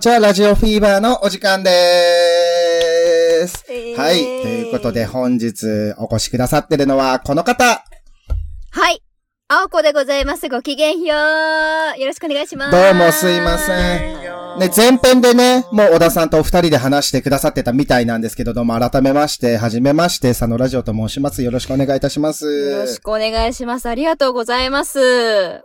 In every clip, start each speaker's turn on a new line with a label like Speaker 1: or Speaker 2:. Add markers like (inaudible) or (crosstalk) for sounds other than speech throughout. Speaker 1: チャラジオフィーバーのお時間でーす。
Speaker 2: えー
Speaker 1: はい。ということで本日お越しくださってるのはこの方。
Speaker 2: はい。青子でございます。ごきげんよう。よろしくお願いします。
Speaker 1: どうもすいません。ね、前編でね、もう小田さんとお二人で話してくださってたみたいなんですけど、どうも改めまして、はじめまして、佐野ラジオと申します。よろしくお願いいたします。
Speaker 2: よろしくお願いします。ありがとうございます。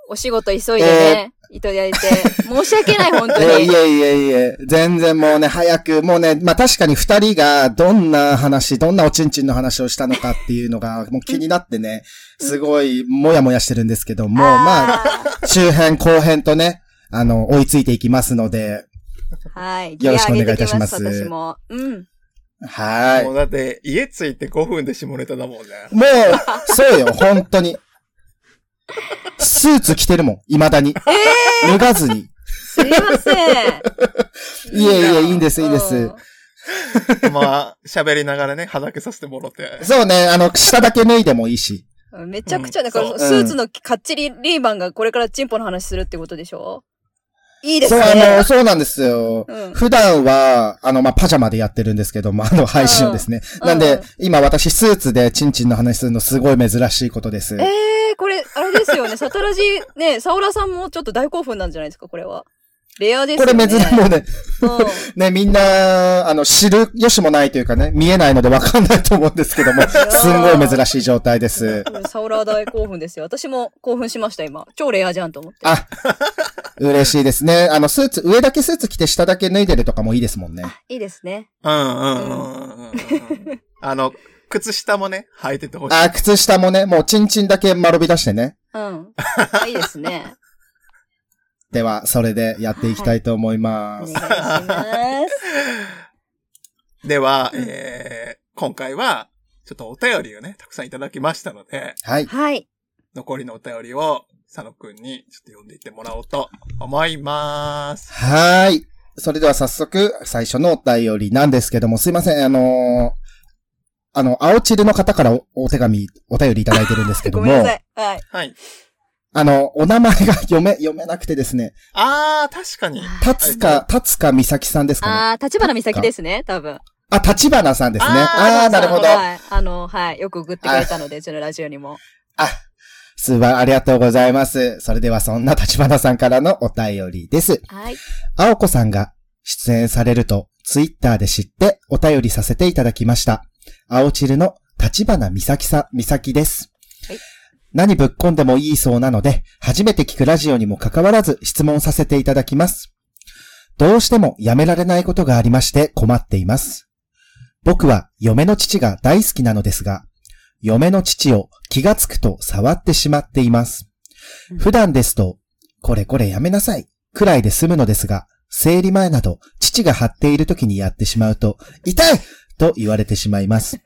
Speaker 2: お仕事急いでね、いた
Speaker 1: (laughs)
Speaker 2: だいて。申し訳ない、本当
Speaker 1: えい
Speaker 2: に。
Speaker 1: えいえいえ、全然もうね、早く、もうね、まあ確かに二人がどんな話、どんなおちんちんの話をしたのかっていうのが、もう気になってね、すごい、もやもやしてるんですけども、まあ、周辺、後編とね、あの、追いついていきますので、
Speaker 2: あー、はい。
Speaker 1: よろしくお願いいたします
Speaker 2: ギア上げてき私も。うん。
Speaker 1: は
Speaker 3: も
Speaker 1: ー
Speaker 3: うだって、家着いて5分で下ネタだ (laughs) もんね。
Speaker 1: い。もう、
Speaker 2: (laughs)
Speaker 1: そうよ、本当に。スーツ着てるもん、未だに。脱がずに。
Speaker 2: すいません。
Speaker 1: いえいえ、いいんです、いいです
Speaker 2: うん。。
Speaker 3: まあ、喋りながらね、はだけさせてもろて。
Speaker 1: そうね、あの、下だけ脱いでもいいし。
Speaker 2: めちゃくちゃ、だか
Speaker 3: う
Speaker 2: ら、
Speaker 3: ん
Speaker 2: スーツのかっちりリーバンがこれからチンポの話するってことでしょいいです
Speaker 1: そう、あ
Speaker 2: ね
Speaker 1: の、。そうなんですよ。
Speaker 2: うん
Speaker 1: 普段は、あの、まあ、パジャマでやってるんですけども、あの、配信をですね。
Speaker 2: うん
Speaker 1: なん
Speaker 2: う
Speaker 1: で
Speaker 2: ん、
Speaker 1: 今私、スーツでチンチンの話するのすごい珍しいことです。
Speaker 2: ええー、これ、あれで
Speaker 1: (laughs)
Speaker 2: すよね。サタラジ、ね、サオラさんもちょっと大興奮なんじゃないですか、これは。レアです
Speaker 1: こ
Speaker 2: よ
Speaker 1: れ
Speaker 2: ね。
Speaker 1: 珍しい。もうね、
Speaker 2: うん
Speaker 1: ね、みんな、あの、知るよしもないというかね、見えないのでわかんないと思うんですけど
Speaker 2: (laughs)
Speaker 1: も、すんごい珍しい状態です。
Speaker 2: うんサオラ大興奮ですよ。私も興奮しました、今。超レアじゃんと思って。
Speaker 1: あ、嬉しいですね。あの、スーツ、上だけスーツ着て下だけ脱いでるとかもいいですもんね。
Speaker 2: いいですね。
Speaker 3: うんうんうん (laughs) うんうん。あの、靴下もね、履いててほしい。
Speaker 1: あ、靴下もね、もうチンチンだけ丸び出してね。 (laughs)
Speaker 2: うん。いいですね。
Speaker 1: では、それでやっていきたいと思い
Speaker 2: お
Speaker 1: ま
Speaker 2: 願い
Speaker 1: す
Speaker 2: し。ます。
Speaker 3: では、えー、今回は、ちょっとお便りをね、たくさんいただきましたので、
Speaker 1: はい。
Speaker 2: はい。
Speaker 3: 残りのお便りを、佐野くんにちょっと読んでいってもらおうと思います。
Speaker 1: はーい。それでは早速、最初のお便りなんですけども、すいません、あのーあの、青チルの方からおお手紙、お便りいただいてるんですけど
Speaker 2: (laughs) ご
Speaker 1: も、
Speaker 2: めんなさい。はい。
Speaker 3: はい。
Speaker 1: あの、お名前が読め、読めなくてですね、
Speaker 3: あー、確かに。
Speaker 1: たつか、たつかみさきさんですかね。
Speaker 2: あー、立花美咲ですね、多分。
Speaker 1: あ、立花さんですね。あ
Speaker 3: あ
Speaker 1: ー
Speaker 3: ー
Speaker 1: なるほど。
Speaker 2: はい。あの、はい。よく送ってくれたので、うちのラジオにも。
Speaker 1: すば、ありがとうございます。それではそんな立花さんからのお便りです。
Speaker 2: はい。
Speaker 1: 青子さんが出演されるとツイッターで知ってお便りさせていただきました。青チルの立花美咲さん、美咲です。
Speaker 2: はい
Speaker 1: 何ぶっこんでもいいそうなので、初めて聞くラジオにもかかわらず質問させていただきます。どうしてもやめられないことがありまして困っています。僕は嫁の父が大好きなのですが、嫁の父を気がつくと触ってしまっています
Speaker 2: うん。
Speaker 1: 普段ですと、これこれやめなさい、くらいで済むのですが、生理前など、父が張っている時にやってしまうと、痛いと言われてしまい
Speaker 2: (laughs)
Speaker 1: ます。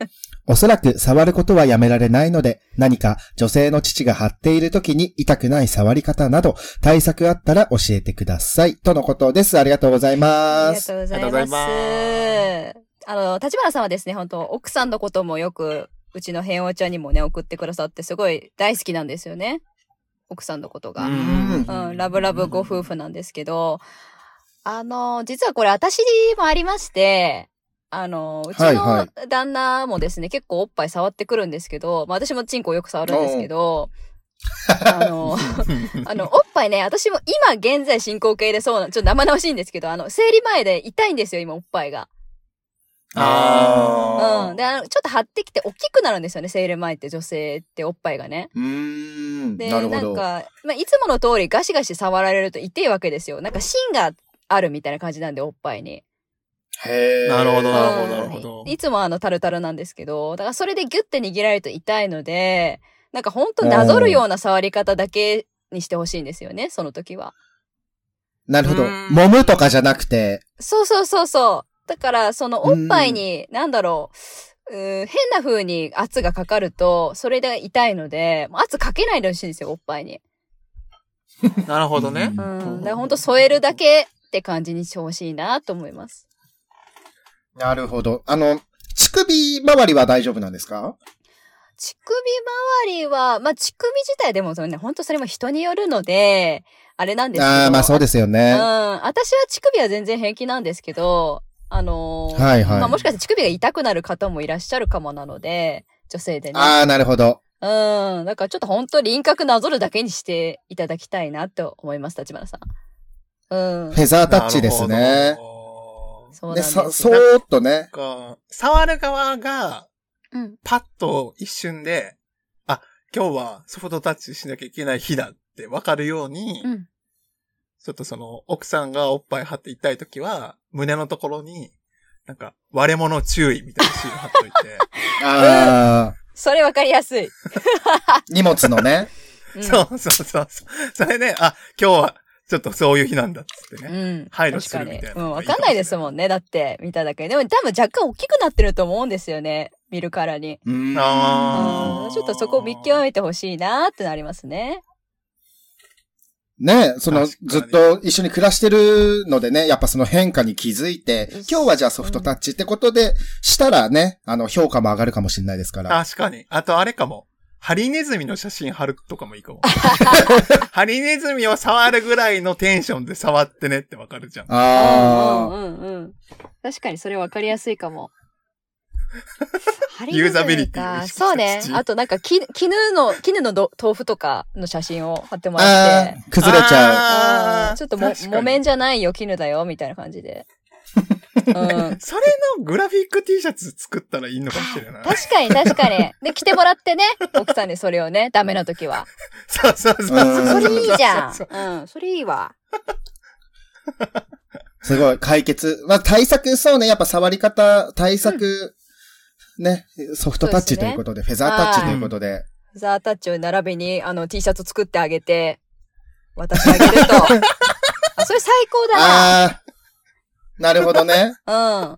Speaker 1: おそらく触ることはやめられないので、何か女性の父が張っている時に痛くない触り方など、対策あったら教えてください。とのことです。ありがとうござい
Speaker 2: あ
Speaker 1: ま
Speaker 2: りが
Speaker 1: す。
Speaker 2: とうござい
Speaker 3: あ
Speaker 2: ま
Speaker 3: りがとうござ
Speaker 2: す。あの、立花さんはですね、本当奥さんのこともよく、うちの変王ちゃんにもね、送ってくださって、すごい大好きなんですよね。奥さんのことが。
Speaker 1: ん
Speaker 2: うん、ラブラブご夫婦なんですけど、あの、実はこれ私もありまして、あの、うち
Speaker 1: はいは
Speaker 2: の旦那もですね、結構おっぱい触ってくるんですけど、まあ私もチンコをよく触るんですけ (laughs) ど、あの、
Speaker 3: (laughs)
Speaker 2: あの、おっぱいね、私も今現在進行形でそうな、ちょっと生々しいんですけど、あの、生理前で痛いんですよ、今おっぱいが。
Speaker 3: (laughs) あー
Speaker 2: うん。で、あのちょっと張ってきて大きくなるんですよね、生理前って女性っておっぱいがね。
Speaker 1: うーん
Speaker 2: で、
Speaker 1: なるほ
Speaker 2: ん
Speaker 1: ど。
Speaker 2: か、まあ、いつもの通りガシガシ触られると痛いわけですよ。なんか芯があるみたいな感じなんで、おっぱいに。
Speaker 1: へー
Speaker 3: なるほどなるほど
Speaker 2: うん
Speaker 3: なるほど
Speaker 2: いつもあの、タルタルなんですけど、だからそれでギュッて握られると痛いので、なんかほんとなぞるような触り方だけにしてほしいんですよね、その時は。
Speaker 1: なるほど。
Speaker 3: うん
Speaker 1: 揉むとかじゃなくて、
Speaker 2: そうそうそうそう。だから、そのおっぱいに、なんだろう、うーん変な風に圧がかかると、それで痛いので、もう圧かけないでほしいんですよ、おっぱいに。
Speaker 3: なるほどね。
Speaker 2: うん。だからほんと添えるだけって感じにしてほしいなと思います。
Speaker 1: なるほど。あの、乳首周りは大丈夫なんですか
Speaker 2: 乳首周りは、まあ、乳首自体でもそのね、本当それも人によるので、あれなんですけど。
Speaker 1: ああ、まあそう
Speaker 2: で
Speaker 1: ですよ
Speaker 2: す
Speaker 1: ね。
Speaker 2: うん。
Speaker 1: は
Speaker 2: 私は乳首は全然平気なんですけど、あのー
Speaker 1: いはい。
Speaker 2: まあ、もしかして乳首が痛くなる方もいらっしゃるかもなので、女性でね。
Speaker 1: ああ、なるほど。
Speaker 2: うん。だからちょっと本当輪郭なぞるだけにしていただきたいなと思います、立花さん。うん
Speaker 1: フ。ェザータッチですね。
Speaker 2: そうなん
Speaker 1: で、
Speaker 2: です
Speaker 1: さ、
Speaker 2: よ
Speaker 1: そーっとね。
Speaker 3: なんか触る側が、
Speaker 2: うん。
Speaker 3: パッと一瞬で、あ、今日はソフトタッチしなきゃいけない日だってわかるように、
Speaker 2: うん。
Speaker 3: ちょっとその、奥さんがおっぱい張って痛いときは、胸のところに、なんか、割れ物注意みたいなシール貼っといて、
Speaker 1: ああ、
Speaker 2: それわかりやすい。
Speaker 1: 荷物のね。
Speaker 2: (laughs) うん、
Speaker 3: そうそうそうそう。それで、あ、今日は、ちょっとそういう日なんだっつって
Speaker 2: う
Speaker 3: ね。
Speaker 2: ん。
Speaker 3: 配慮
Speaker 2: 確
Speaker 3: す
Speaker 2: か
Speaker 3: るみた
Speaker 2: に
Speaker 3: いな。
Speaker 2: うん、わかんないですもんね。だって、見ただけで。でも多分若干大きくなってると思うんですよね。見るからに。
Speaker 1: うーん
Speaker 3: あ
Speaker 2: うん。ちょっとそこを見極めてほしいなーってなりますね。
Speaker 1: ね、その、
Speaker 3: 確かに
Speaker 1: ずっと一緒に暮らしてるのでね、やっぱその変化に気づいて、今日はじゃあソフトタッチってことで、したらね、あの、評価も上がるかもしれないですから。
Speaker 3: 確かに。あとあれかも。ハリネズミの写真貼るとかもいいかも。
Speaker 2: (laughs)
Speaker 3: ハリネズミを触るぐらいのテンションで触ってねってわかるじゃん。
Speaker 1: ああ、
Speaker 2: うんうんうん。確かにそれわかりやすいかも。ハ
Speaker 3: (laughs) ユーザビリティを
Speaker 2: か
Speaker 3: 意識した
Speaker 2: そうね。
Speaker 3: 土
Speaker 2: あとなんか、き絹の、絹のど豆腐とかの写真を貼ってもらっ
Speaker 1: あ
Speaker 2: て。
Speaker 1: あ、崩れちゃう。
Speaker 3: あー
Speaker 2: うんちょっとも、
Speaker 3: 確かに
Speaker 2: 木綿じゃないよ、絹だよ、みたいな感じ
Speaker 3: (laughs)
Speaker 2: で。うん。
Speaker 3: それのグラフィック T シャツ作ったらいいのかもしれ (laughs) ない。
Speaker 2: 確かに確かに。で、着てもらってね、奥さんにそれをね、ダメな時は。
Speaker 3: そうそうそう
Speaker 1: うん
Speaker 2: そ
Speaker 3: そう。
Speaker 2: れいいじゃ。
Speaker 3: そうそうそうん
Speaker 2: うん、それいいわ。
Speaker 1: すごい、解決。まあ、対策、そうね、やっぱ触り方、対策、ね、ソフトタッチということで、フェザータッチということで。
Speaker 2: フザータッチを並びに、あの、T シャツ作ってあげて、渡してあげ
Speaker 3: (laughs)
Speaker 2: ると。あ、それ最高だ
Speaker 1: ああ、なるほどね。
Speaker 2: な。う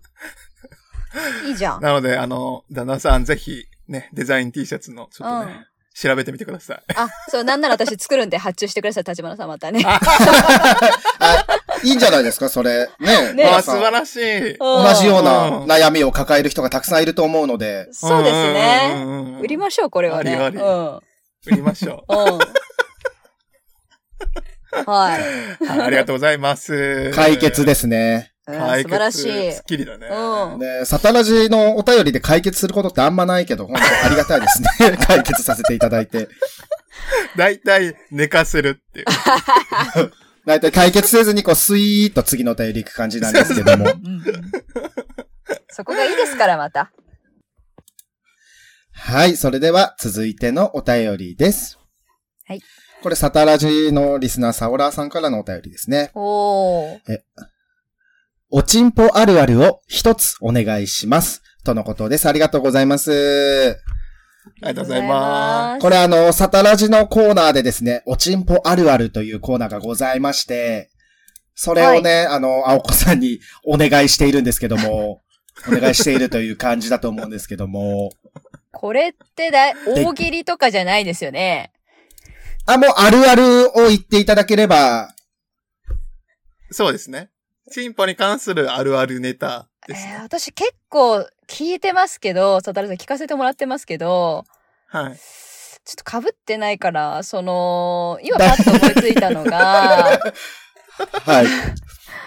Speaker 2: ん。いいじゃん。
Speaker 3: なので、あの、旦那さんぜひ、ね、デザイン T シャツの、ちょっとね、
Speaker 2: うん
Speaker 3: 調べてみてください。
Speaker 2: あ、そう、なんなら私作るんで発注してください、立花さんまたね。
Speaker 1: あ、いいんじゃないですか、それ。ね。
Speaker 2: ね
Speaker 3: あ
Speaker 1: 皆
Speaker 3: あ、
Speaker 1: さ
Speaker 3: 素
Speaker 1: ん
Speaker 3: 晴らしい。
Speaker 1: 同じよう
Speaker 3: う
Speaker 1: なん悩みを抱える人がたくさんいると思うので。
Speaker 2: そうです
Speaker 3: う
Speaker 2: ね。
Speaker 3: んうんうんうん
Speaker 2: 売りましょう、これはね。
Speaker 3: ありあり
Speaker 2: うん。
Speaker 3: 売りましょ
Speaker 2: うん。はい。
Speaker 3: う。はいありがとうございます。
Speaker 1: 解決ですね。
Speaker 2: うん
Speaker 3: 解
Speaker 2: 素
Speaker 3: 決
Speaker 2: 晴らしい。
Speaker 3: スッキリだね。
Speaker 2: うん。
Speaker 1: ね、サタラジのお便りで解決することってあんまないけど、本当にありがたいです
Speaker 3: (laughs)
Speaker 1: ね。解決させていただいて。
Speaker 3: 大体、寝かせるっていう。
Speaker 1: 大体解決せずに、こう、スイーッと次のお便り行く感じなんですけども。
Speaker 2: うんそこがいいですから、また。
Speaker 1: はい、それでは続いてのお便りです。
Speaker 2: はい。
Speaker 1: これ、サタラジのリスナー、サオラーさんからのお便りですね。
Speaker 2: おー。
Speaker 1: おちんぽあるあるを一つお願いします。とのことです。ありがとうございます。
Speaker 3: ありがとうございます
Speaker 1: これあの、サタラジのコーナーでですね、おちんぽあるあるというコーナーがございまして、それをね、あの、青子さんにお願いしているんですけども、お願いしているという感じだと思うんですけども、
Speaker 2: これってだい、大喜利とかじゃないですよね。
Speaker 1: あ、もうあるあるを言っていただければ、
Speaker 3: そうですね。チンポに関するあるあるネタ
Speaker 2: え
Speaker 3: です
Speaker 2: ー
Speaker 3: ね。
Speaker 2: 私結構聞いてますけど、サタルさん聞かせてもらってますけど、
Speaker 3: はい。
Speaker 2: ちょっと被ってないから、その、今パッと思いついたの
Speaker 3: (laughs)
Speaker 2: が、
Speaker 1: はい。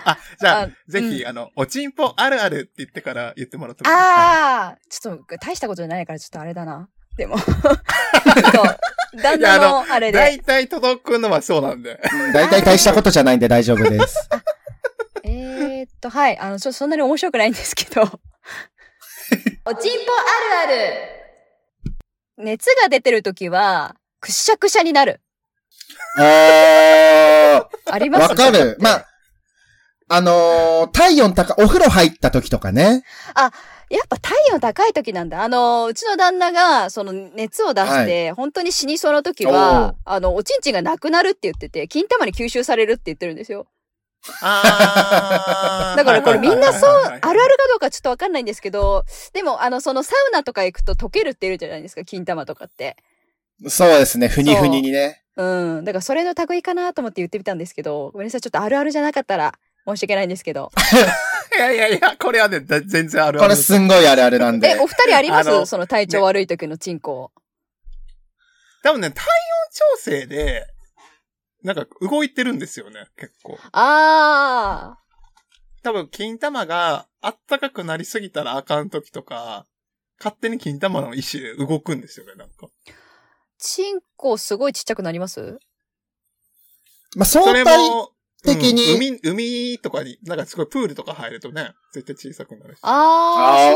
Speaker 3: あ、じゃ
Speaker 2: あ
Speaker 3: あ、ぜひ、あの、おちんぽあるあるって言ってから言ってもらってもいいですか
Speaker 2: ああ、ちょっと大したことじゃないからちょっとあれだな。で
Speaker 3: (laughs)
Speaker 2: も、そう旦那のあれで。
Speaker 3: 大体届くのはそうな
Speaker 2: (laughs)
Speaker 3: んで。
Speaker 1: 大体大したことじゃないんで大丈夫です。 (laughs)
Speaker 2: えー、っと、はい、あの、ちょそんなに面白くないんですけ
Speaker 3: (laughs)
Speaker 2: ど。おちんぽあるある。熱が出てるときは、くしゃくしゃになる。
Speaker 1: あ
Speaker 2: あり
Speaker 1: ー、
Speaker 2: ます
Speaker 1: わか
Speaker 2: それっ
Speaker 1: る。
Speaker 2: て
Speaker 1: まあ、あのー体温高、お風呂入った時とかね。
Speaker 2: やっぱ体温高い時なんだ。あの、うちの旦那が、その熱を出して、本当に死にそうな時
Speaker 1: おう
Speaker 2: は、あの、おちんちんがなくなるって言ってて、金玉に吸収されるって言ってるんですよ。
Speaker 3: あ
Speaker 2: だからこれみんなそう、あるある
Speaker 3: る。
Speaker 2: かどうかちょっとわかんないんですけど、でも、あの、そのサウナとか行くと溶けるって言うじゃないですか、金玉とかって。
Speaker 1: そうですね、ふにふににね。
Speaker 2: うん。だからそれの類かなと思って言ってみたんですけど、ごめんなさい、ちょっとあるあるじゃなかったら申し訳ないんですけど。
Speaker 3: いやいやいや、これはね、だ全然あるあ
Speaker 1: こ
Speaker 3: る
Speaker 1: れ
Speaker 3: です。
Speaker 1: すんごいあるあるなん
Speaker 2: え、
Speaker 1: で。
Speaker 2: お二人あります
Speaker 3: あの
Speaker 2: その体調悪い時のチンコ。
Speaker 3: 多分ね、体温調整で、なんか動いてるんですよね、結構。
Speaker 2: ああ。
Speaker 3: 多分、金玉があったかくなりすぎたらあかん時とか、勝手に金玉の意思で動くんですよね、なんか。
Speaker 2: チンコすごいちっちゃくなります
Speaker 1: まあ、相
Speaker 3: それ
Speaker 1: 対、
Speaker 3: も、
Speaker 1: 的に
Speaker 3: うん海、海とかに、なんかすごいプールとか入るとね、絶対小さくなるし。
Speaker 2: あ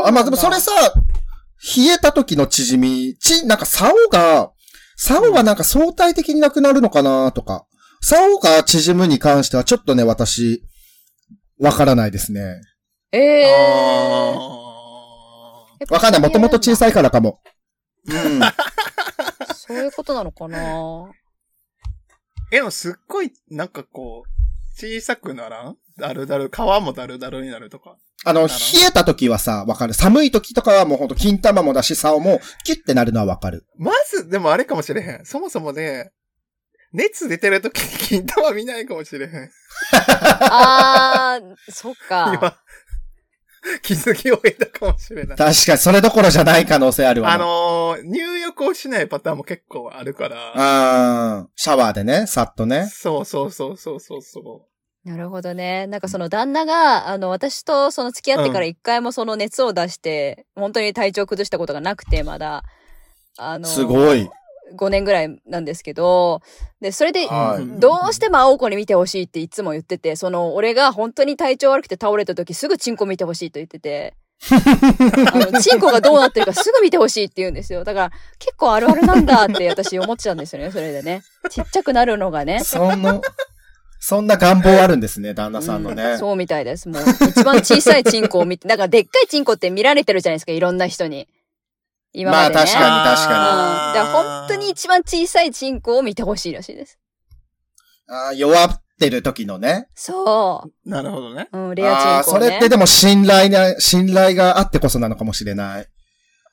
Speaker 1: あ
Speaker 2: ー
Speaker 1: ーあ、まあでもそれ、さ、冷えた時の縮み、ち、なんか竿が、竿がなんか相対的になくなるのかなとか、竿が縮むに関してはちょっとね、私、わからないですね。
Speaker 2: ええ
Speaker 3: あー
Speaker 1: わかんない。もともと小
Speaker 2: い。
Speaker 1: さいからかも。うん。
Speaker 2: そういうことなのか
Speaker 1: (laughs)
Speaker 2: な
Speaker 3: え、でもすっごい、なんかこう、小さくならんだるだる、皮もだるだるになるとか。
Speaker 1: あの、
Speaker 3: なる
Speaker 1: 冷えた時はさ、わかる。寒い時とかはもうほんと金玉もだし、竿もキュッてなるのはわかる。
Speaker 3: まず、でもあれかもしれへん。そもそもね、熱出てるときに金玉見ないかもしれへん。
Speaker 2: あー、そっか。
Speaker 3: 今、 (laughs) 気づきを得たかもしれない。
Speaker 1: 確かに、それどころじゃない可能性あるわ。
Speaker 3: あ、のー入浴をしないパターンも結構あるから。
Speaker 1: あーシャワーでね、さっとね。
Speaker 3: そうそうそうそうそうそ
Speaker 2: なるほどね。なんかその旦那が、あの、私とその付き合ってから一回もその熱を出して、本当に体調崩したことがなくて、まだ。あの、
Speaker 1: すごい。
Speaker 2: 5年ぐらいなんですけど、で、それで、
Speaker 1: は
Speaker 3: う。
Speaker 1: い
Speaker 2: どうしても青子に見てほしいっていつも言ってて、その、俺が本当に体調悪くて倒れた時すぐチンコ見てほしいと言ってて、あの、チンコがどうなってるかすぐ見てほしいって言うんですよ。だから、結構あるあるなんだって私思ってたんですよね、それでね。ちっちゃくなるのがね。
Speaker 1: その、そんな願望あるんですね、旦那さんの
Speaker 2: う
Speaker 1: ね
Speaker 2: ん。そうみたいです。もう、一番小さいチンコを見て、だからでっかいチンコって見られてるじゃないですか、いろんな人に。今まで、ね。
Speaker 1: まあ確か
Speaker 3: う。
Speaker 1: に確
Speaker 2: うん。だから本当に
Speaker 3: に
Speaker 2: 一番小さいチンコを見てほしいらしいです。
Speaker 1: あー弱ってる時のね。
Speaker 2: そ
Speaker 3: なるほどね。
Speaker 2: う。うん、レ
Speaker 1: あ
Speaker 2: ア
Speaker 1: あ
Speaker 2: チンコ、
Speaker 1: そ
Speaker 2: ね。
Speaker 1: れってでも信頼な、信頼があってこそなのかもしれない。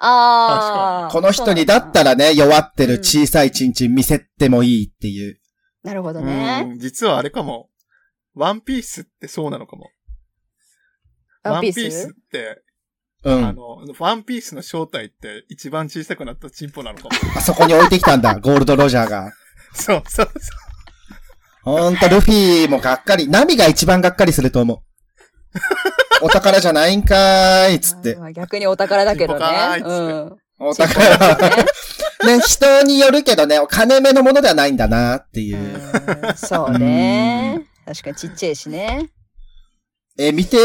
Speaker 2: ああ。
Speaker 1: この人にだった
Speaker 2: ら。
Speaker 1: らね、弱ってる小さいチンチン見せてもいいっていう。
Speaker 2: なるほど
Speaker 3: う
Speaker 2: ね。
Speaker 3: ん実はあれかも。ワンピースってそうなのかも。
Speaker 2: ワ
Speaker 3: ワ
Speaker 2: ン
Speaker 3: ン
Speaker 2: ピ
Speaker 3: ピ
Speaker 2: ー
Speaker 3: ー
Speaker 2: ス
Speaker 3: スって、
Speaker 1: う
Speaker 3: あ
Speaker 1: ん。
Speaker 3: の、ワンピースの正体って一番小さくなったチンポなのかも。 (laughs)
Speaker 1: あそこに置いてきたん
Speaker 2: (laughs)
Speaker 1: だ、ゴールドロジャーが。
Speaker 3: そうそうそ
Speaker 1: ほんと、ルフィもがっかり。ナミが一番がっかりすると思う。お宝じゃないんかーい、つって。
Speaker 2: まあ逆にお宝だけどね
Speaker 3: チンポかーいっ。つって
Speaker 2: うん。
Speaker 1: お宝。ね、人によるけどね、お金目のものではないんだなっていうう。
Speaker 2: んそうね。確かにちっちゃいしね。
Speaker 1: え、見て、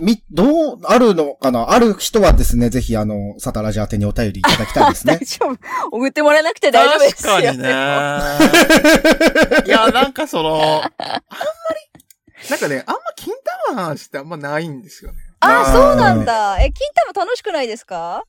Speaker 1: み、どう、あるのかなある人はですね、ぜひあの、サタラジ宛てにお便りいただきたいです
Speaker 2: 大 (laughs)
Speaker 1: ね。
Speaker 2: 丈夫。送ってもらえなくて
Speaker 3: う。
Speaker 2: 大丈夫ですよ。
Speaker 3: 確か
Speaker 2: (laughs)
Speaker 3: にね。いや、なんかその、あんまり、なんかね、あんま金玉の話ってあんまないんですよね。
Speaker 2: ああ、そうなんだ。え、金玉楽しくないですか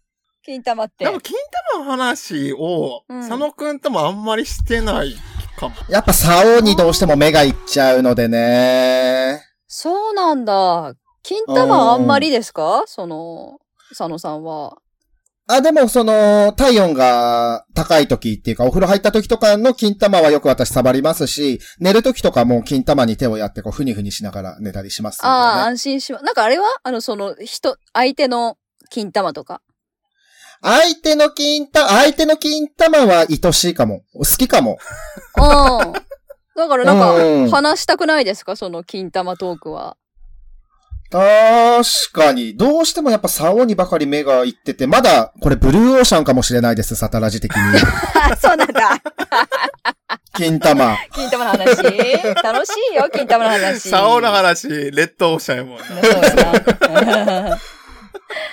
Speaker 2: 金玉って
Speaker 3: で。も金玉の話を、
Speaker 2: うん
Speaker 3: 佐野くんともあんまりしてないかも。
Speaker 1: やっぱ、竿にどうしても目がいっちゃうのでね。
Speaker 2: そうなんだ。金玉あんまりですかその、佐野さんは。
Speaker 1: あ、でも、その、体温が高い時っていうか、お風呂入った時とかの金玉はよく私触りますし、寝る時とかも金玉に手をやって、こう、ふにふにしながら寝たりしますんでね、
Speaker 2: ああ、安心しま、なんかあれはあの、その、人、相手の金玉とか。
Speaker 1: 相手の金玉、相手の金玉は愛しいかも。好きかも。
Speaker 2: うん。だからなん
Speaker 1: うん
Speaker 2: か、話したくないですかその金玉トークは。
Speaker 1: 確かに。どうしてもやっぱ竿にばかり目がいってて、まだ、これブルーオーシャンかもしれないです、サタラジ的
Speaker 2: (laughs)
Speaker 1: に。
Speaker 2: あそうなんだ。
Speaker 1: 金玉。
Speaker 2: (laughs) 金玉の話楽しいよ、金玉の
Speaker 3: (laughs)
Speaker 2: 話。
Speaker 3: サオの話、レッドオーシャンやもんな。
Speaker 2: そうですな。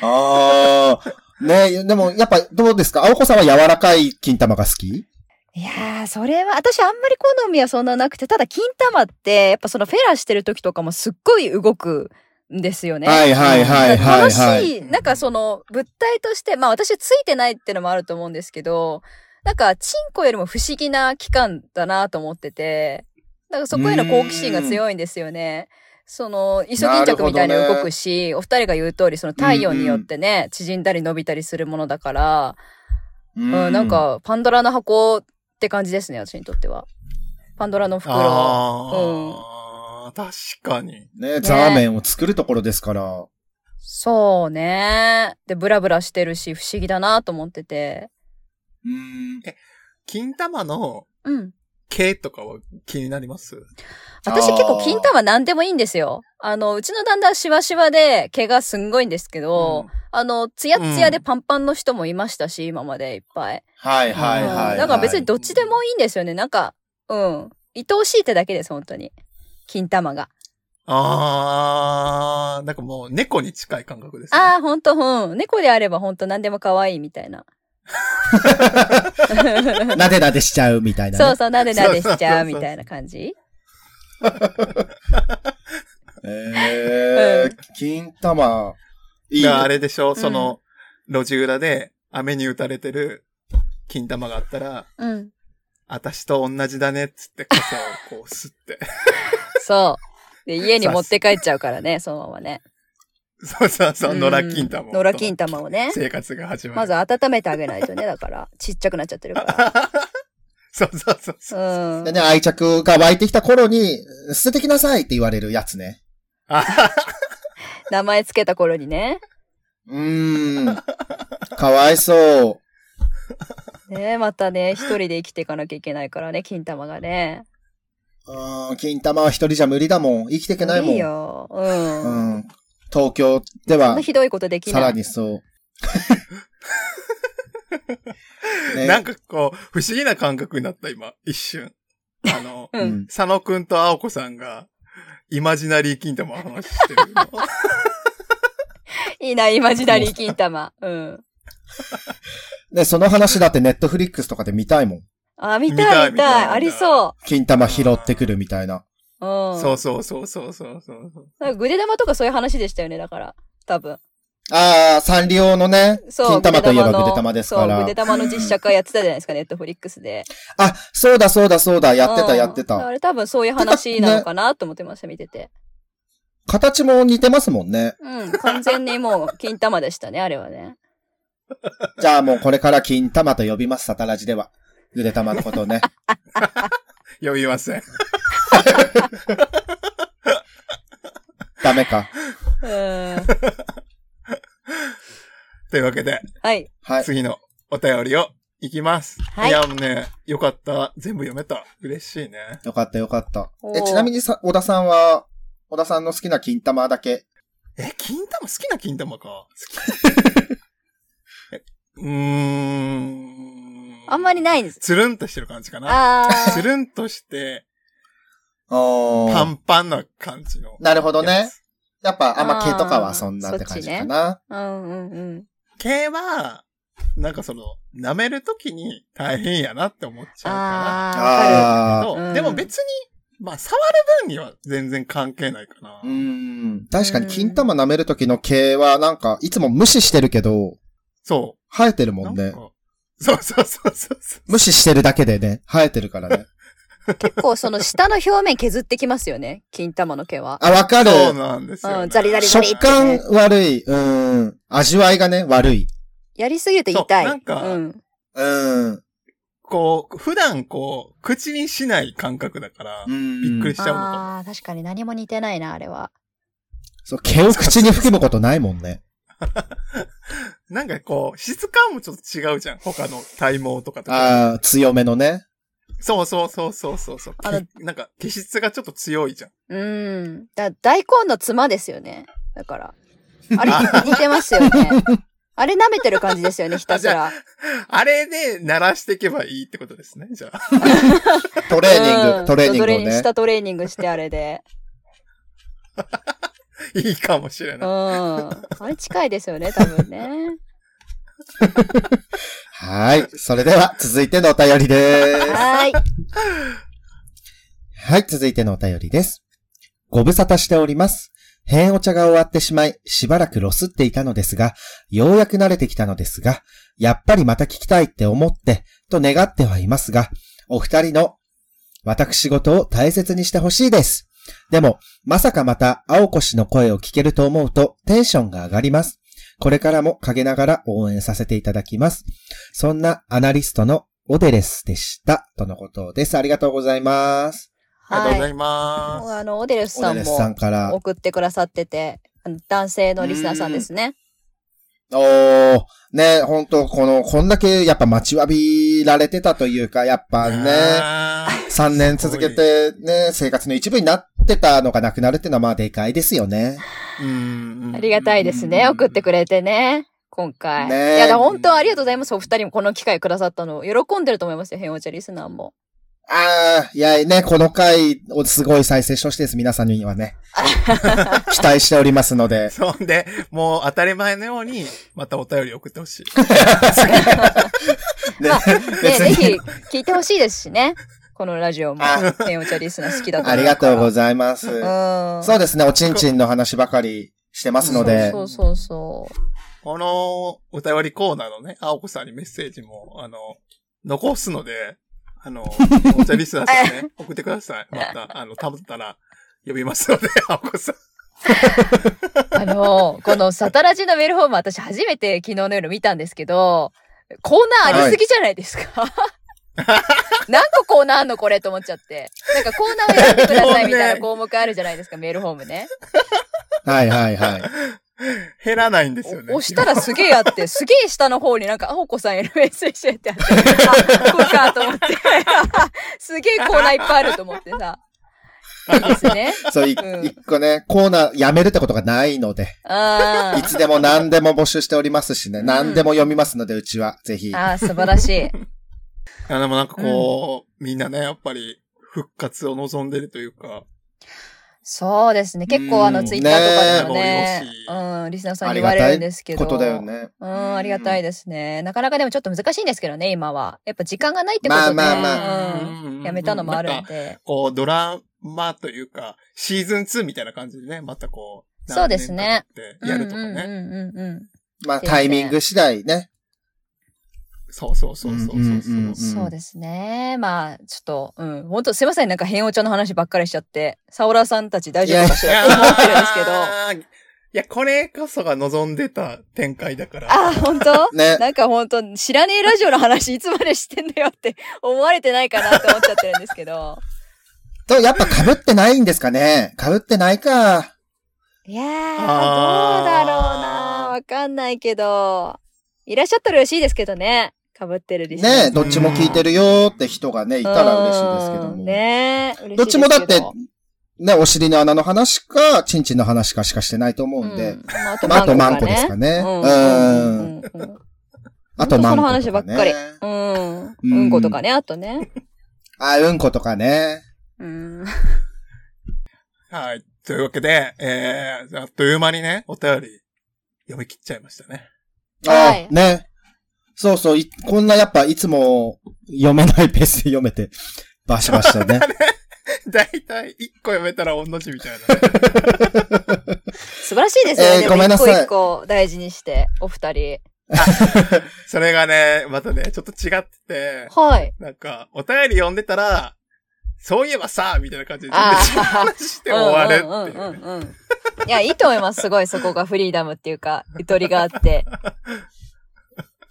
Speaker 1: ああ。ねでもやっぱどうですか青子さんは柔らかい金玉が好き
Speaker 2: (laughs) いやー、それは、私あんまり好みはそんななくて、ただ金玉って、やっぱそのフェラしてる時とかもすっごい動くんですよね。
Speaker 1: はいはいはいはい
Speaker 2: 楽
Speaker 1: はい
Speaker 2: しい、なんかその物体として、まあ私ついてないってのもあると思うんですけど、なんかチンコよりも不思議な器官だなと思ってて、なんかそこへの好奇心が強いんですよね。その、イソギンチャクみたいに
Speaker 1: なるほどね
Speaker 2: 動くし、お二人が言う通り、その体温によってね、縮んだり伸びたりするものだから、
Speaker 1: う
Speaker 2: うん、なん。か、パンドラの箱って感じですね、私にとっては。パンドラの袋。
Speaker 3: ああ、確かに。
Speaker 1: ねザーメンを作るところですから。
Speaker 2: そうね。で、ブラブラしてるし、不思議だなと思ってて。
Speaker 1: うん。
Speaker 3: 金玉の
Speaker 2: うん。
Speaker 3: 毛とかは気になります
Speaker 2: 私結構金玉何でもいいんですよ。あの、うちの旦那シワシワで毛がすんごいんですけど、あの、ツヤツヤでパンパンの人もいましたし、今までいっぱい。
Speaker 4: はいはいはい、は
Speaker 2: う
Speaker 4: い。
Speaker 2: んだから別にどっちでもいいんですよね。なんか、うん。愛おしいってだけです、本当に。金玉が。
Speaker 3: あー、なんかもう猫に近い感覚ですね。
Speaker 2: ああ、ほんと、うん。猫であればほんと何でも可愛いみたいな。
Speaker 1: なでなでしちゃうみたいな、ね。
Speaker 2: そうそう、なでなでしちゃうみたいな感じ。
Speaker 4: えー、金玉、いい
Speaker 3: だ
Speaker 4: ね、
Speaker 3: からあれでしょ、その、路地裏で雨に打たれてる金玉があったら、
Speaker 2: うん。
Speaker 3: あたしと同じだねっつって傘をこう吸って。 (laughs)
Speaker 2: そう。で、家に持って帰っちゃうからね、そのままね。
Speaker 3: そうそうそう、
Speaker 2: うん
Speaker 3: 野良金玉。
Speaker 2: 野良金玉をね。
Speaker 3: 生活が始まる。
Speaker 2: まず温めてあげない
Speaker 1: (laughs)
Speaker 2: とね、だから。ちっちゃくなっちゃってるか
Speaker 3: そうそうそうそう。
Speaker 2: ら。うん
Speaker 1: で。ね、愛着が湧いてきた頃に、捨ててきなさいって言われるやつね。
Speaker 3: あ
Speaker 2: 名前つけた頃にね。
Speaker 1: うーん。かわいそう。
Speaker 2: ねまたね、一人で生きていかなきゃいけないからね、金玉がね。
Speaker 1: うーん、金玉は一人じゃ無理だもん。生きていけないもん。
Speaker 2: いいよ。う。
Speaker 1: うんん。東京で
Speaker 2: そん
Speaker 1: は
Speaker 2: な、ひどいことでき
Speaker 1: さ
Speaker 2: な
Speaker 1: ら
Speaker 2: い。
Speaker 1: に
Speaker 2: (laughs)
Speaker 1: そう。ね
Speaker 3: なんかこう、不思議な感覚になった今、一瞬。あの、
Speaker 2: (laughs) う。
Speaker 1: うんん。
Speaker 3: 佐野くんと青子さんが、イマジナリー金玉の話してるの。
Speaker 2: いいな、イマジナリー金玉。うん。
Speaker 1: で、その話だってネットフリックスとかで見たいもん。
Speaker 2: あ、見
Speaker 3: 見た
Speaker 2: た
Speaker 3: い
Speaker 2: い、
Speaker 3: 見
Speaker 2: 見
Speaker 3: たい
Speaker 2: たい。ありそ
Speaker 1: 金玉拾ってくるみたいな。
Speaker 2: う。うん。
Speaker 3: そうそうそうそうそうそうそう。
Speaker 2: なんかグデ玉とかそういう話でしたよね、だから。多分。
Speaker 1: ああ、サンリオのね、
Speaker 2: そう。
Speaker 1: 金玉といえば
Speaker 2: の
Speaker 1: グデ玉ですか
Speaker 2: そう、
Speaker 1: ら
Speaker 2: グデ。玉の実写化やってたじゃないですか、ネットフリックスで。
Speaker 1: あ、そうだそうだそうだ、やって
Speaker 2: う
Speaker 1: た
Speaker 2: ん
Speaker 1: やって
Speaker 2: あ
Speaker 1: た。
Speaker 2: れ多分そういう話なのかなと思ってました、見てて。
Speaker 1: 形も似てますもんね。
Speaker 2: うん。完全にもう、金玉でしたね、あれはね。
Speaker 1: じゃあもうこれから金玉と呼びます、サタラジでは。グデ玉のことを
Speaker 2: (laughs)
Speaker 1: ね。
Speaker 3: 呼びません。
Speaker 1: ダメか。
Speaker 2: うん。
Speaker 3: というわけで、
Speaker 2: はい。
Speaker 1: はい。
Speaker 3: 次のお便りをいきます。、
Speaker 2: はいい
Speaker 3: や、もうね、よかった。全部読めた。嬉しいね。
Speaker 1: よかったよかった。
Speaker 2: お
Speaker 1: え、
Speaker 2: ー
Speaker 1: ちなみにさ、小田さんは、小田さんの好きな金玉だけ。
Speaker 3: え、金玉好きな金玉か。好き。うーん。
Speaker 2: あんまり
Speaker 3: い。
Speaker 2: ないです。
Speaker 3: つるんとしてる感じかな。
Speaker 2: あ
Speaker 3: つるんとして、パ
Speaker 1: ああ。
Speaker 3: ンパンな感じの。
Speaker 1: なるほどね
Speaker 3: やつ。
Speaker 1: やっぱ、あんま
Speaker 2: あ
Speaker 1: 毛
Speaker 2: ー
Speaker 1: とかはそんなって感じかな。
Speaker 2: あ。うんうんうん。
Speaker 3: 系は、なんかその、舐めるときに大変やなって思っちゃうか
Speaker 2: あ
Speaker 3: ら。
Speaker 1: ああ
Speaker 3: そう
Speaker 2: うん
Speaker 3: でも別に、まあ、触る分には全然関係ないかな。
Speaker 1: ー。うーん。確かに金玉舐める時の毛はなんか、いつも無視してるけど、
Speaker 3: そ
Speaker 1: 生えてる
Speaker 3: う。
Speaker 1: もん
Speaker 3: な
Speaker 1: ね
Speaker 3: ん。かそうそうそうそうそう。
Speaker 1: 無視してるだけでね、生えてるからね。
Speaker 2: わかる。結構その下の表面削ってきますよね、金玉の毛は。
Speaker 1: あ、わかる。
Speaker 3: そうなんですよ、ね。
Speaker 2: うんザリザリザリ
Speaker 1: 食感悪い。うん。味わいがね、悪い。
Speaker 2: やりすぎると痛い。
Speaker 3: そうなんか
Speaker 2: うん。
Speaker 1: うん。
Speaker 3: こう、普段こう、口にしない感覚だから、びっくり
Speaker 1: し
Speaker 3: しちゃうのかも。
Speaker 2: ああー、確かに何も似てないな、あれは。
Speaker 1: そう、毛を口に含むことないもんね。
Speaker 3: なんかこう、質感もちょっと違うじゃん。他の体毛とかとか。
Speaker 1: ああ、強めのね。
Speaker 3: そうそうそうそうそうそう。
Speaker 2: あの
Speaker 3: けなんか、気質がちょっと強いじゃん。
Speaker 2: うん。だ大根のつまですよね。だから。あれ、似てますよね。あれ舐めてる感じですよね、ひたすら。
Speaker 3: あれで鳴らしていけばいいってことですね、じゃあ。
Speaker 1: トレーニング、
Speaker 2: うん
Speaker 1: トレーニングを
Speaker 2: そう
Speaker 1: ね。
Speaker 2: 下トレーニングして、あれで。
Speaker 3: (laughs) いいかもしれ
Speaker 2: うん。
Speaker 3: ない。
Speaker 2: あれ近いですよね、多
Speaker 1: (laughs)
Speaker 2: 分ね。
Speaker 1: はい。それでは、続いてのお便りです。
Speaker 2: はーい。
Speaker 1: はい、続いてのお便りです。ご無沙汰しております。変お茶が終わってしまい、しばらくロスっていたのですが、ようやく慣れてきたのですが、やっぱりまた聞きたいって思って、と願ってはいますが、お二人の私事を大切にしてほしいです。でも、まさかまた青子氏の声を聞けると思うとテンションが上がります。これからも陰ながら応援させていただきます。そんなアナリストのオデレスでした。とのことです。ありがとうございます。
Speaker 3: ありがとうござ
Speaker 2: はい
Speaker 3: ま
Speaker 2: もう
Speaker 3: す。
Speaker 2: あの、オデレス
Speaker 1: オ
Speaker 2: さ
Speaker 1: デ
Speaker 2: ん
Speaker 1: レスさ
Speaker 2: も
Speaker 1: んから。
Speaker 2: 送ってくださってて、あの男性のリスナーさんですね。
Speaker 1: おー、ね、本当この、こんだけやっぱ待ちわび強いられてたというか、やっぱね、
Speaker 3: あー
Speaker 1: 3年続けてね、生活の一部になってたのがなくなるっていうのはまあでかいですよね。
Speaker 3: うん
Speaker 2: ありがたいですね。送ってくれてね。今回。
Speaker 1: ねえ
Speaker 2: いや、だから本当ありがとうございます。お二人もこの機会くださったのを喜んでると思いますよ。変お茶リスナーも。
Speaker 1: ああ、いやね、この回、おすごい再生してほしいです。皆さんには
Speaker 2: (laughs)
Speaker 1: ね。期待しておりますので。
Speaker 3: そんで、もう当たり前のように、またお便り送ってほしい。
Speaker 1: ね
Speaker 2: まあ、ね、
Speaker 1: 別
Speaker 2: ぜ
Speaker 1: に
Speaker 2: ひ聞いてほしいですしね。このラジオも。変お茶リスナー好きだと
Speaker 1: (laughs)
Speaker 2: 思
Speaker 1: ありがとうご
Speaker 2: ざい
Speaker 1: ざいます。
Speaker 2: ます。
Speaker 1: そうですね、おちんちんの話ばかりしてますので。
Speaker 2: そうそうそうそう。
Speaker 3: このお便りコーナーのね、青子さんにメッセージも、あの、残すので、あの、お茶リスナーさんね、
Speaker 2: (laughs)
Speaker 3: 送ってください。また、あの、たぶったら、呼びますので、 (laughs) 青子さん。
Speaker 2: あの、このサタラジのメールフォーム、私初めて昨日の夜見たんですけど、コーナーありすぎじゃないです
Speaker 3: (laughs)
Speaker 2: か。何個コーナーあんのこれと思っちゃって。なんかコーナーを選んでくださいみたいな項目あるじゃないですか、メールフォームね。
Speaker 1: はいはいはい。
Speaker 3: 減らないんですよね。
Speaker 2: お押したらすげえあって、すげえ下の方になんか、あほこさんへのメッセージってあって、あ、これかと思って。 (laughs) すげえコーナーいっぱいあると思ってさ。いいですね。
Speaker 1: そう、い
Speaker 2: うん
Speaker 1: 一個ね、コーナーやめるってことがないので、
Speaker 2: (laughs) あ
Speaker 1: いつでも何でも募集しておりますしね、何でも読みますので、うちは、ぜひ。
Speaker 2: あ、素晴らしい。
Speaker 3: あでもなんかこう、みんなね、やっぱり、復活を望んでるというか、
Speaker 2: そうですね。結構あ
Speaker 3: う
Speaker 2: の、
Speaker 3: ん
Speaker 2: ツイッターとかでもね
Speaker 3: ね、
Speaker 2: うん、リスナーさんに言われるんですけど。
Speaker 1: ことだよね。
Speaker 2: うん、ありがたいですね。なかなかでもちょっと難しいんですけどね、今は。やっぱ時間がないってことで、
Speaker 1: まあま
Speaker 2: うん、やめたのもある
Speaker 3: なん
Speaker 2: ん
Speaker 3: か
Speaker 2: で。
Speaker 3: こう、ドラマというか、シーズン2みたいな感じでね、またこう、
Speaker 2: そうですね。
Speaker 3: やるとか
Speaker 2: うん
Speaker 3: ね。
Speaker 2: うんうんうんうん。
Speaker 1: まあ、タイミング次第ね。
Speaker 3: そうそうそうそうそう。
Speaker 1: うんうんうんうん
Speaker 2: そうですね。まあ、ちょっと、うん。本当すいません。なんか変お茶の話ばっかりしちゃって。サオラさんたち大丈夫かし
Speaker 3: い
Speaker 2: ら
Speaker 3: や
Speaker 2: と思ってるんですけど。あ
Speaker 3: ーいや、これこそが望んでた展開だから。
Speaker 2: あー、本当
Speaker 1: ね。
Speaker 2: なんか本当知らねえラジオの話いつまでしてんだよって思われてないかなと思っちゃってるんですけど。
Speaker 1: と、やっぱ被ってないんですかね被ってないか。
Speaker 2: いやー、どう
Speaker 3: あー
Speaker 2: だろうなわかんないけど。いらっしゃったら嬉しいですけどね。被ってるリスナー
Speaker 1: ね
Speaker 2: さん
Speaker 1: どっちも聞いてるよって人がね、いたら嬉しいですけど
Speaker 2: う
Speaker 1: も。
Speaker 2: んねえ、嬉しい
Speaker 1: どっちもだっ
Speaker 2: で
Speaker 1: て
Speaker 2: すけど、
Speaker 1: ね、お尻の穴の話か、チンチンの話かしかしてないと思うんで。
Speaker 2: うんまあ、あ
Speaker 1: まあ、あとマンコ
Speaker 2: か
Speaker 1: ですかね。う
Speaker 2: う
Speaker 1: んん。
Speaker 2: うんうんうん
Speaker 1: あとマンコとか、ね。
Speaker 2: ほんとその話ばっかりうん。うんことかね、あとね。
Speaker 1: あ、うんことかね。
Speaker 2: うん。
Speaker 3: はい。というわけで、えー、あっという間にね、お便り読み切っちゃいましたね。 (laughs)
Speaker 1: あ、
Speaker 2: はい
Speaker 1: ね。そうそう、いこんなやっぱいつも読めないペースで読めて、バシバシ (laughs) とね。
Speaker 3: だいたい一個読めたら同じみたい
Speaker 2: (laughs)
Speaker 3: な、ね。
Speaker 2: 素晴らしいですよね。
Speaker 1: えー
Speaker 2: でも
Speaker 1: ごめんなさい
Speaker 2: 一個一個大事にして、お二人。
Speaker 3: それがね、またね、ちょっと違ってて、
Speaker 2: はい。
Speaker 3: なんか、お便り読んでたら、そういえばさ、みたいな感じで、
Speaker 2: あー
Speaker 3: 自分で話して終わるっていううんね。
Speaker 2: うんうんうんいや、いいと思います。すごい、そこがフリーダムっていうか、ゆとりがあって。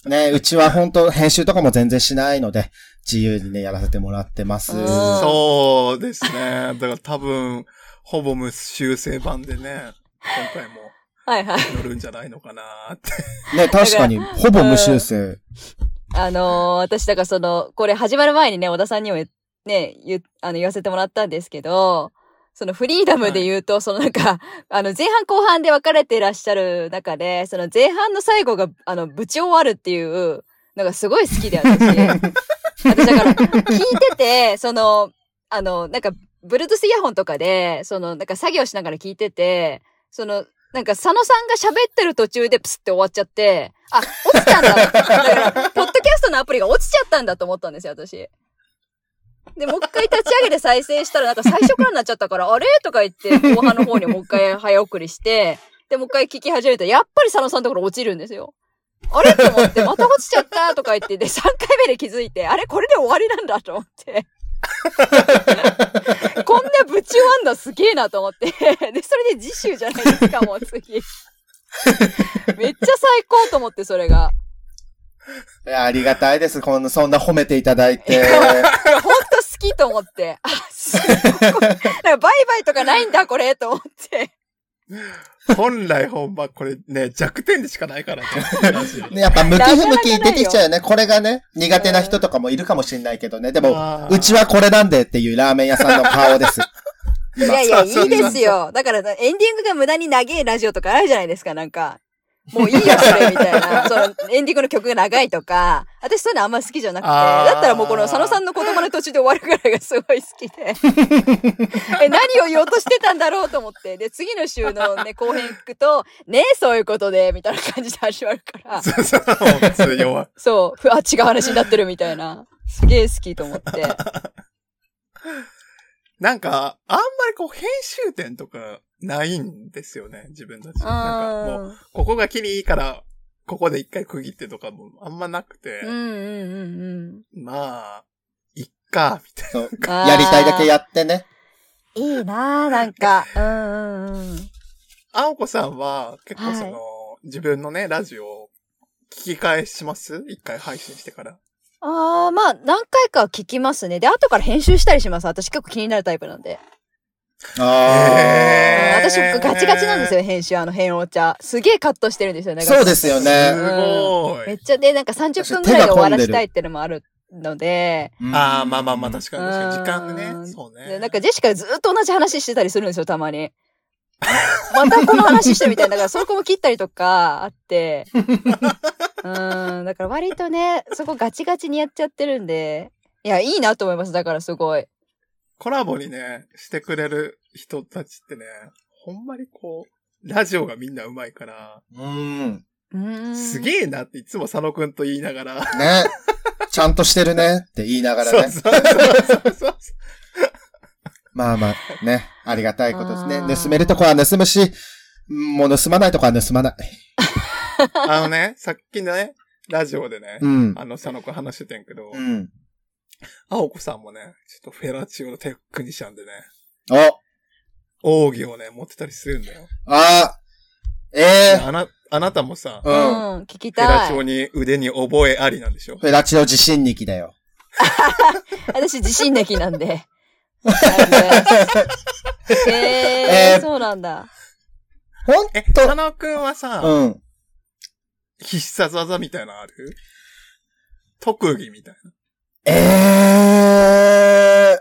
Speaker 1: ね、うちは本当編集とかも全然しないので、自由にね、やらせてもらってます。
Speaker 2: うん
Speaker 3: そうですね。だから多分、ほぼ無修正版でね、今回も
Speaker 2: はいはい。
Speaker 3: 乗るんじゃないのかなーって。
Speaker 1: ね、確かに、ほぼ無修正。
Speaker 2: あのー私、だからその、これ始まる前にね、小田さんにも言っね、言っ、あの、言わせてもらったんですけど、そのフリーダムで言うと、そのなんか、 (laughs) あの、前半後半で分かれていらっしゃる中で、その前半の最後が、あの、ぶち終わるっていう、なんかすごい好きで、私。私、だから、聞いてて、その、あの、なんか、ブルートゥースイヤホンとかで、その、なんか作業しながら聞いてて、その、なんか佐野さんが喋ってる途中でプスって終わっちゃって、あ、落ちたんだ。だから、ポッドキャストのアプリが落ちちゃったんだと思ったんですよ、私。で、もう一回立ち上げて再生したら、なんか最初からになっちゃったから、あれとか言って、後半の方にもう一回早送りして、で、もう一回聞き始めたら、やっぱり佐野さんのところ落ちるんですよ。あれと思って、また落ちちゃったとか言って、で、3回目で気づいて、あれこれで終わりなんだと思って。こんなぶち終わんだすげえなと思って。 (laughs) で、それで次週じゃないですか、もう次。 (laughs) めっちゃ最高と思って、それが。
Speaker 1: いや、ありがたいです。こんな、そんな褒めていただいて。
Speaker 2: いや、ほんと好きと思って。あ、すごい。なんかバイバイとかないんだ、これ、と思って。
Speaker 3: 本来本場、これね、弱点でしかないからね。
Speaker 1: (laughs) ね、やっぱ向き不向き出てきちゃうよね。これがね、
Speaker 2: よ
Speaker 1: 苦手な人とかもいるかもしれないけどね。でも、
Speaker 3: あー
Speaker 1: うちはこれなんでっていうラーメン屋さんの顔 (laughs) です。
Speaker 2: いやいや、
Speaker 3: (laughs) そうそうそう
Speaker 2: いいですよ。だから、エンディングが無駄に長いラジオとかあるじゃないですか、なんか。もういいよ、それ、みたい
Speaker 3: (laughs)
Speaker 2: な。その、エンディングの曲が長いとか。私、そういうのあんま好きじゃなくて。
Speaker 3: あー
Speaker 2: だったらもうこの、佐野さんの言葉の途中で終わるぐらいがすごい好き
Speaker 3: (laughs)
Speaker 2: で。え、何を言おうとしてたんだろうと思って。で、次の週のね、後編聞くと、ねえ、そういうことで、みたいな感じで始まるから。
Speaker 3: そうそう、もう普通に弱い。
Speaker 2: そう、ふあ、違う話になってるみたいな。すげえ好きと思
Speaker 3: (laughs)
Speaker 2: って。
Speaker 3: なんか、あんまりこう、編集点とか、ないんですよね、自分たち。なんか、もう、
Speaker 2: あ
Speaker 3: ここが切りいいから、ここで一回区切ってとかもあんまなくて
Speaker 2: ー、うんうんうんうん。
Speaker 3: まあ、いっか、みたい
Speaker 1: そう
Speaker 2: あー
Speaker 1: やりたいだけやってね。
Speaker 2: いいなぁ、なんか。うんうんうん。
Speaker 3: な。青子さんは、結構その、
Speaker 2: は
Speaker 3: 自分のね、ラジオを聞き返します一回配信してから。
Speaker 2: ああ、まあ、何回か聞きますね。で、後から編集したりします。私結構気になるタイプなんで。
Speaker 1: あ
Speaker 3: へー
Speaker 2: 私、ガチガチなんですよ、編集、あの、編お茶。すげえカットしてるんですよ
Speaker 1: ー。
Speaker 2: ね。
Speaker 1: そうですよ
Speaker 3: す
Speaker 1: ね。
Speaker 3: ご
Speaker 2: め
Speaker 3: い
Speaker 2: っ。ちゃ、で、なんか30分くらいで終わらせたいってのもあるので、
Speaker 3: ああ、まあまあまあ、確かに確かに。時間
Speaker 2: うん
Speaker 3: ね。そうね。
Speaker 2: でなんかジェシカがずっと同じ話してたりするんですよ、たまに。またこの話してるみたいな。だから、そこも切ったりとかあって。うん、だから割とね、そこガチガチにやっちゃってるんで。いや、いいなと思います。だからすごい。
Speaker 3: コラボにね、してくれる人たちってね、ほんまにこう、ラジオがみんな上手いから、
Speaker 1: うん。
Speaker 2: うん。
Speaker 3: すげえなっていつも佐野くんと言いながら、
Speaker 1: ね。ちゃんとしてるねって言いなが
Speaker 3: そ
Speaker 1: ら
Speaker 3: う
Speaker 1: ね。
Speaker 3: そうそうそう。
Speaker 1: まあまあ、ね。ありがたいことです
Speaker 2: あ
Speaker 1: ね。
Speaker 2: ー
Speaker 1: 盗めるとこは盗むし、もう盗まないとこは盗まない。
Speaker 3: あのね、さっきのね、ラジオでね
Speaker 1: う、ん。
Speaker 3: あの、佐野くん話しててんけど
Speaker 1: う、ん。
Speaker 3: 青子さんもね、ちょっとフェラチオのテクニシャンでね、
Speaker 1: お
Speaker 3: 奥義をね、持ってたりするんだよ。
Speaker 1: あーえ
Speaker 3: あな、あなたもさ、
Speaker 1: え
Speaker 3: フ
Speaker 2: う
Speaker 1: うん。
Speaker 2: ん、聞き
Speaker 3: ェラ
Speaker 2: た
Speaker 3: チ
Speaker 2: い
Speaker 3: オ。に腕に覚えありなんでしょ
Speaker 1: フェラチオ自信力だよ。
Speaker 2: 私、自信なきなんで。なんでえ
Speaker 1: え
Speaker 2: ー、そうなんだ。
Speaker 1: ほん
Speaker 3: え、
Speaker 1: と
Speaker 3: 佐野くんはさ、
Speaker 1: うん。
Speaker 3: 必殺技みたいなのある特技みたいな。
Speaker 1: ええ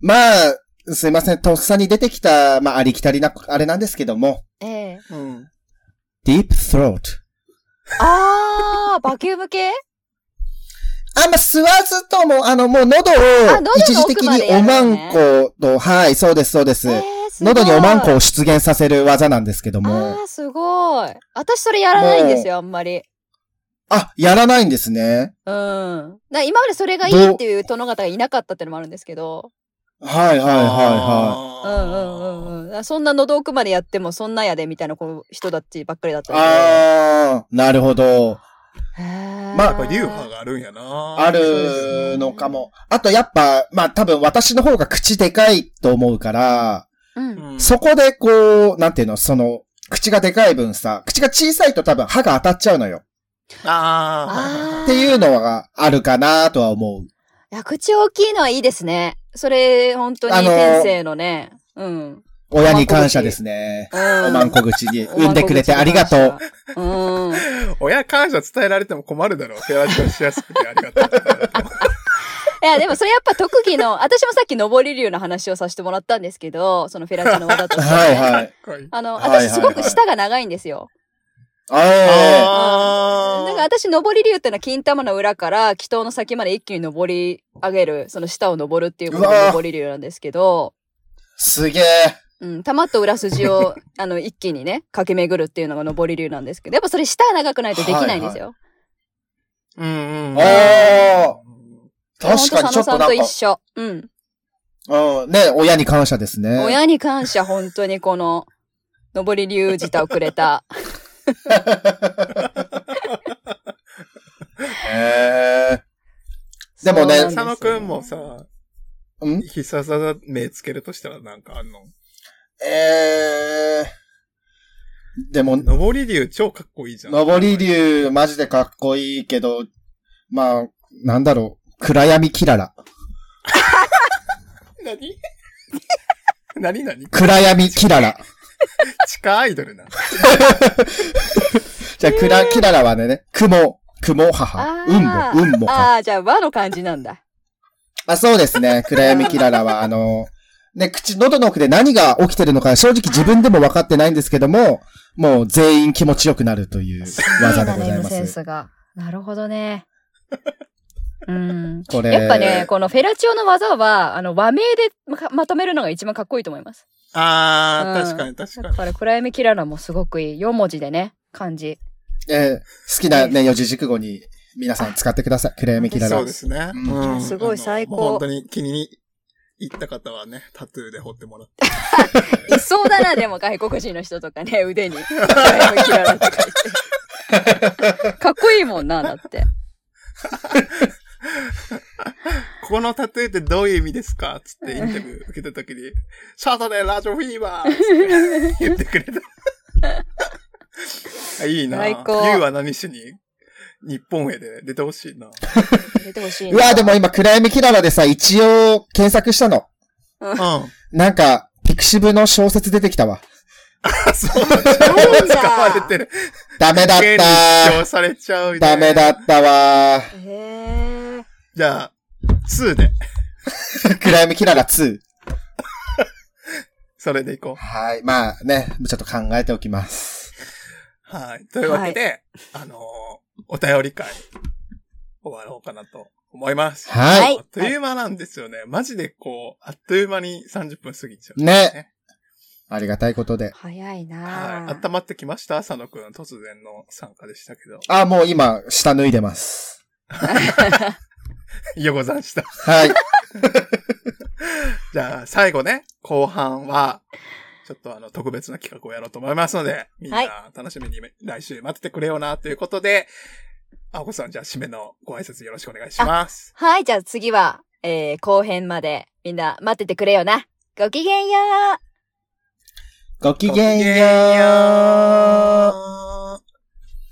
Speaker 1: まあ、すいません。とっさに出てきた、まあ、ありきたりな、あれなんですけども、
Speaker 2: ええ
Speaker 3: うん。
Speaker 1: Deep Throat。
Speaker 2: あー、バキューム系
Speaker 1: あんま吸わずとも、あの、もう喉
Speaker 2: あ喉
Speaker 1: を
Speaker 2: の、
Speaker 1: 一時的におまんこと、はい、そうです、そうです。
Speaker 2: えー、すごい
Speaker 1: 喉におまんこを出現させる技なんですけど
Speaker 2: あ
Speaker 1: も。
Speaker 2: ー、すごい。私、それやらないんですよ、あんまり。
Speaker 1: あ、やらないんですね。
Speaker 2: うん。な今までそれがいいっていう殿方がいなかったってのもあるんですけど。
Speaker 1: はいはいはいは
Speaker 2: う
Speaker 3: い
Speaker 2: んうんうんうん。そんな喉奥までやってもそんなんやでみたいなこの人たちばっかりだっ
Speaker 1: い。
Speaker 2: たんで。
Speaker 1: あー、なるほど。
Speaker 2: ま
Speaker 1: ま
Speaker 3: やっぱ流派があるんやな
Speaker 1: あ
Speaker 3: そう
Speaker 1: るのかも。あとやっぱ、まあ多分私の方が口でかいと思うから、
Speaker 2: うん。
Speaker 3: ですね
Speaker 1: そこでこう、なんていうの、その、口がでかい分さ、口が小さいと多分歯が当たっちゃうのよ。
Speaker 3: あ
Speaker 2: あー
Speaker 1: っていうのがあるかなとは思う。
Speaker 2: いや、口大きいのはいいですね。それ、本当に
Speaker 1: あのー
Speaker 2: 先生のね。うん。
Speaker 1: 親に感謝ですね。
Speaker 2: う
Speaker 1: お
Speaker 2: ん。
Speaker 1: まんこ口に産んでくれてありがとう。
Speaker 2: う。うん。
Speaker 3: あー。親感謝伝えられても困るだろう。フェラチオしやすくてありがとう。
Speaker 2: いや、でもそれやっぱ特技の、 (laughs) 私もさっき登り竜の話をさせてもらったんですけど、そのフェラチオの技として、
Speaker 1: (laughs)
Speaker 2: ね。
Speaker 1: はい (laughs) はい。
Speaker 3: かっこいい。
Speaker 2: あの、
Speaker 1: はいはいはい
Speaker 2: 私すごく舌が長いんですよ。
Speaker 1: あ
Speaker 3: あ
Speaker 2: だ
Speaker 3: ー
Speaker 2: から私、登り竜ってのは金玉の裏から祈祷の先まで一気に登り上げる、その舌を登るっていうこと
Speaker 1: うわ
Speaker 2: が
Speaker 1: ー
Speaker 2: 登り竜なんですけど、
Speaker 1: すげえ。
Speaker 2: うん、玉と裏筋を、 (laughs) あの、一気にね、駆け巡るっていうのが登り竜なんですけど、やっぱそれ舌が長くないとできないんですよ。
Speaker 3: うんうん。
Speaker 1: あ確かにちょっと
Speaker 2: 本当佐野さん
Speaker 1: な
Speaker 2: と
Speaker 1: ん
Speaker 2: 一緒。うん。
Speaker 1: か、うん、ね、親に感謝ですね。
Speaker 2: 親に感謝、本当にこの、上り竜舌をくれた。
Speaker 1: へーでもね
Speaker 2: そう
Speaker 3: 佐
Speaker 2: なんで
Speaker 3: 野
Speaker 2: すよ
Speaker 3: くんも。さ、
Speaker 1: え。ん
Speaker 3: 必殺技目つけるとしたらなんかあんの。
Speaker 1: えー。でも、
Speaker 3: 登り竜超かっこいいじゃん。
Speaker 1: 上り竜、マジでかっこいいけど、まあ、なんだろう、暗闇キララ。
Speaker 3: 何。何何 (laughs)
Speaker 1: 暗闇キララ。
Speaker 3: 地下アイドルなんだ。
Speaker 1: じゃあ、クラ、キララはね、雲、雲母、
Speaker 2: あー
Speaker 1: うんも、うんも母
Speaker 2: ああ、じゃあ和の感じなん
Speaker 1: (laughs)
Speaker 2: だ。
Speaker 1: あ、そうですね。 (laughs) 暗闇キララは、あの、ね、口、喉の奥で何が起きてるのか、正直自分でも分かってないんですけども、もう全員気持ちよくなるという技でござい
Speaker 2: ム
Speaker 1: ま
Speaker 2: セン (laughs)
Speaker 1: す。
Speaker 2: スが。なるほ
Speaker 1: (laughs)
Speaker 2: どね。うん。
Speaker 1: これ、
Speaker 2: やっぱね、このフェラチオの技は、あの、和名でままとめるのが一番かっこいいと思
Speaker 1: (laughs)
Speaker 2: います。
Speaker 3: あ
Speaker 2: う
Speaker 3: ー、
Speaker 2: ん
Speaker 3: 確かに確か
Speaker 2: だから、暗闇キララもすごくいい。4文字でね、漢字。
Speaker 1: えー好きなね、四字熟語に皆さん使ってください。暗闇キ
Speaker 3: に。
Speaker 1: ラ
Speaker 3: そう
Speaker 1: ラ
Speaker 3: で。すね。
Speaker 1: うん
Speaker 3: うん。
Speaker 2: すごい
Speaker 3: あの
Speaker 2: 最高
Speaker 3: もう本当に気に入った方はね、タトゥーで彫ってもらって。
Speaker 2: いそうだな、でも外国人の人と
Speaker 1: (laughs)
Speaker 2: かね、腕に。暗闇キララと
Speaker 1: (laughs)
Speaker 2: か言って。かっこいいもんな、だって。
Speaker 3: このタトゥーってどういう意味ですかつってインタビュー受け
Speaker 2: (laughs)
Speaker 3: た時に、シャートでラジオフィーバーつって言ってくれ
Speaker 2: (laughs)
Speaker 3: た。いいな。
Speaker 2: 最高
Speaker 3: ユウは何しに日本へで出てほしいな。
Speaker 2: 入れてほしいな
Speaker 1: うわ、でも今、暗闇キララでさ、一応検索したの。
Speaker 3: うん。
Speaker 1: なんか、ピクシブの小説出てきたわ。
Speaker 3: そうなんだ。
Speaker 2: なんだ
Speaker 3: 使われてる。
Speaker 1: ダメだっ
Speaker 3: ゲームに主張
Speaker 1: た
Speaker 3: されちゃうね
Speaker 1: ダメだ。ったわ
Speaker 2: へえ。
Speaker 3: じゃあ、2で、
Speaker 1: 暗闇キララ2。
Speaker 3: それでいこう。
Speaker 1: はい。まあね、ちょっと考えておきます。
Speaker 3: はい。というわけで、あのーお便り会、終わろうかなと思います。
Speaker 1: はい。
Speaker 2: はい
Speaker 3: あっという間なんですよね。マジでこう、あっという間に30分過ぎちゃう。
Speaker 1: ね。ありがたいことで。
Speaker 2: 早いな
Speaker 3: はい。温まってきました浅野くん、突然の参加でしたけど。
Speaker 1: あ、もう今、下脱いでます。
Speaker 3: よござんした。
Speaker 1: はい。
Speaker 3: じゃあ、最後ね、後半は、ちょっとあの、特別な企画をやろうと思いますので、みん
Speaker 2: はい
Speaker 3: な楽しみに来週待っててくれよな、ということで、あこさん、じゃあ、締めのご挨拶よろしくお願いします。
Speaker 2: はい、じゃあ次は、えー、後編までみんな待っててくれよな。ごきげんよう
Speaker 1: ごきげんよ
Speaker 3: ごきげんよう
Speaker 1: う。